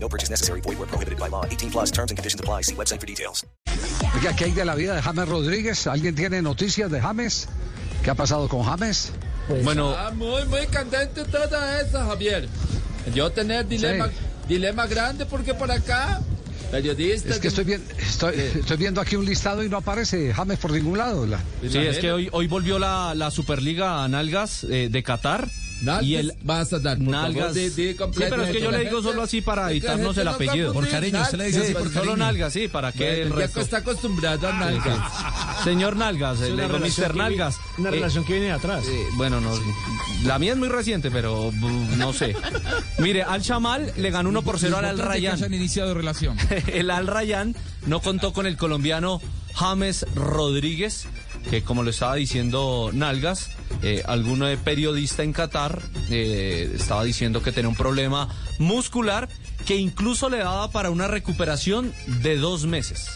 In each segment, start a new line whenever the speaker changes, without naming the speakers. No purchase necessary. Void where prohibited by law. 18 plus terms and conditions apply. See website for details.
Oiga, ¿qué hay de la vida de James Rodríguez? ¿Alguien tiene noticias de James? ¿Qué ha pasado con James?
Bueno, ah, muy, muy candente toda esa, Javier. Yo tener dilema,
Sí.
dilema grande porque por acá, periodistas...
Es que estoy, bien, estoy,
Eh.
estoy viendo aquí un listado y no aparece James por ningún lado. la-
Sí, es que hoy, hoy volvió la, la Superliga a Nalgas eh, de Qatar.
Nalgas
y el
vas a dar, por favor,
Nalgas.
di- di
sí,
completo.
pero es que yo le digo solo así para
Que la
evitarnos
gente
el
no
apellido.
confunda Nalgas.
por Solo Nalgas, sí, para que el
Bueno, ya
resto. Ah,
está acostumbrado a Nalgas.
Señor Nalgas, eh, le digo
relación
Mr.
que vi-
Nalgas.
Una
Eh,
relación que viene de atrás.
eh, bueno, no, la mía es muy reciente, pero bu, no sé. Mire, Al Chamal le ganó 1 por 0 al Al Rayyan.
iniciado relación.
el Al Rayyan no contó con el colombiano James Rodríguez, que como lo estaba diciendo Nalgas, eh, alguno de periodista en Qatar eh, estaba diciendo que tenía un problema muscular que incluso le daba para una recuperación de dos meses.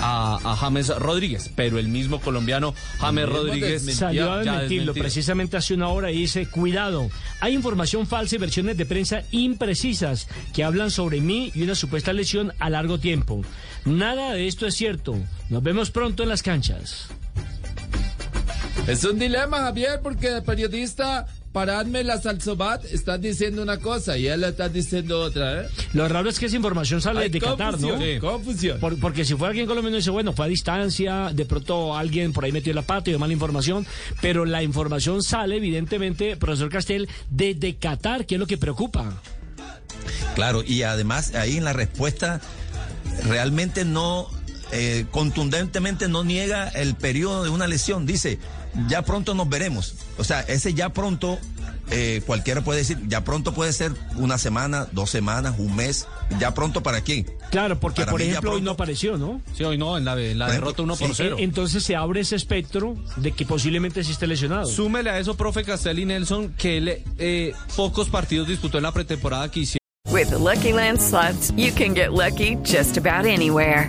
A, a James Rodríguez, pero el mismo colombiano James
mismo
Rodríguez
desmintió,
Salió a
ya
desmentirlo
desmentido.
precisamente hace una hora y dice, cuidado, hay información falsa y versiones de prensa imprecisas que hablan sobre mí y una supuesta lesión a largo tiempo. Nada de esto es cierto. Nos vemos pronto en las canchas.
Es un dilema, Javier, porque el periodista... Paradme la salsobat, están diciendo una cosa y él está diciendo otra, ¿eh?
Lo raro es que esa información sale
Hay
de Qatar, ¿no?
confusión, Confusión.
Por- porque si fue alguien colombiano, dice, bueno, fue a distancia, de pronto alguien por ahí metió la pata y dio mala información, pero la información sale, evidentemente, profesor Castel, desde Qatar, que es lo que preocupa.
Claro, y además ahí en la respuesta realmente no, eh, contundentemente no niega el periodo de una lesión. Dice, ya pronto nos veremos. O sea, ese ya pronto, eh, cualquiera puede decir, ya pronto puede ser una semana, dos semanas, un mes. ¿Ya pronto para quién?
Claro, porque
Para
por
mí ya
ejemplo hoy
pronto-
no apareció, ¿no?
Sí, hoy no, en la, en la
Por ejemplo,
derrota 1 por
sí,
0.
E- Entonces se abre ese espectro de que posiblemente sí esté lesionado.
Súmele a eso, profe Castel y Nelson, que él eh, pocos partidos disputó en la pretemporada que hicieron.
With the Lucky Land slots, you can get lucky just about anywhere.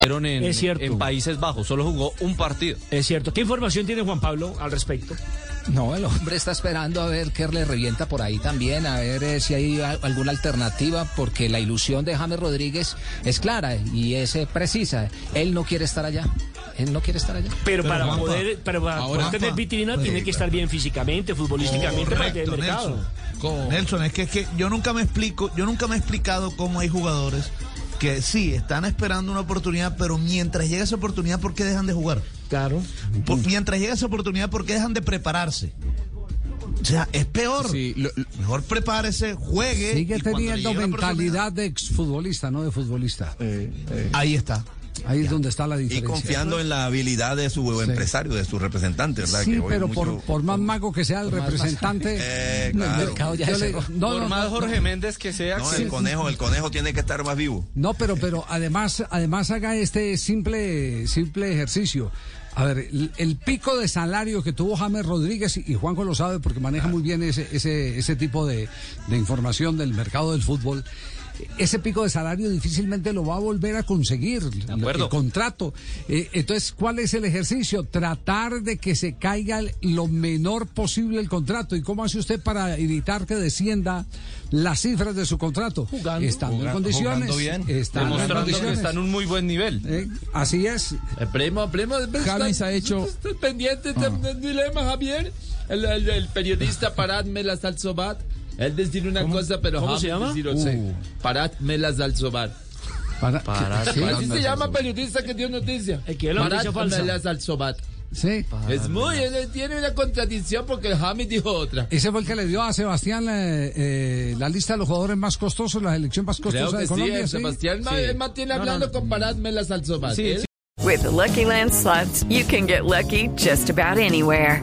Fueron en,
Es cierto.
en Países Bajos, solo jugó un partido.
Es cierto. ¿Qué información tiene Juan Pablo al respecto?
No, el hombre está esperando a ver qué le revienta por ahí también, a ver eh, si hay a- alguna alternativa, porque la ilusión de James Rodríguez es clara y es eh, precisa. Él no quiere estar allá. Él no quiere estar allá.
Pero, para poder, pero para poder tener vitrina tiene que estar bien físicamente, futbolísticamente, para el mercado.
Nelson, es que, es que yo nunca me explico, yo nunca me he explicado cómo hay jugadores que sí están esperando una oportunidad, pero mientras llega esa oportunidad, ¿por qué dejan de jugar?
Claro.
Por- mientras llega esa oportunidad, ¿por qué dejan de prepararse? O sea, es peor. Mejor prepárese, juegue.
Sigue
y cuando le
teniendo
llegue la
mentalidad de exfutbolista, no de futbolista.
Eh,
oportunidad- Ahí está.
Ahí es donde está la
Y
diferencia.
confiando en la habilidad de su empresario, de su representante, ¿verdad?
Sí,
Que hoy
pero
mucho-
por, por más mago que sea el representante,
Eh,
no,
claro.
yo- yo le- no,
Por
no,
más
no,
Jorge Méndez que sea,
No,
sí.
el conejo, el conejo tiene que estar más vivo.
No, pero, pero además, además haga este simple, simple ejercicio. A ver, el, el pico de salario que tuvo James Rodríguez, y Juanjo lo sabe porque maneja muy bien ese, ese, ese tipo de, de información del mercado del fútbol. Ese pico de salario difícilmente lo va a volver a conseguir. el-
acuerdo.
El contrato. Eh, entonces, ¿cuál es el ejercicio? Tratar de que se caiga el- lo menor posible el contrato. ¿Y cómo hace usted para evitar que descienda las cifras de su contrato?
Jugando.
Estando en condiciones.
bien.
Estando en
demostrando que
condiciones.
está en un muy buen nivel.
Eh, así es.
Eh, primo, primo,
James ha hecho-
¿Estás pendiente de- del dilema, Javier? El, el- el periodista Paradme la Salsobat. Él decir una cosa, pero
¿Cómo
James
se llama?
decir otra. Paradme la Salsobat.
Para-
Así se llama periodista que dio noticia.
El que dio la noticia
Paradme
falsa.
la Salsobat.
Sí.
Es muy, él tiene una contradicción porque el James dijo otra.
Ese fue el que le dio a Sebastián eh, eh, la lista de los jugadores más costosos, la elección más
Creo
costosa
que
de
sí,
eh,
Colombia.
el
sí.
Sebastián ma-
Sí.
él mantiene
No, no,
hablando
no.
con Paradme las salsomas.
sí. With the Lucky Land slots, you can get lucky just about anywhere.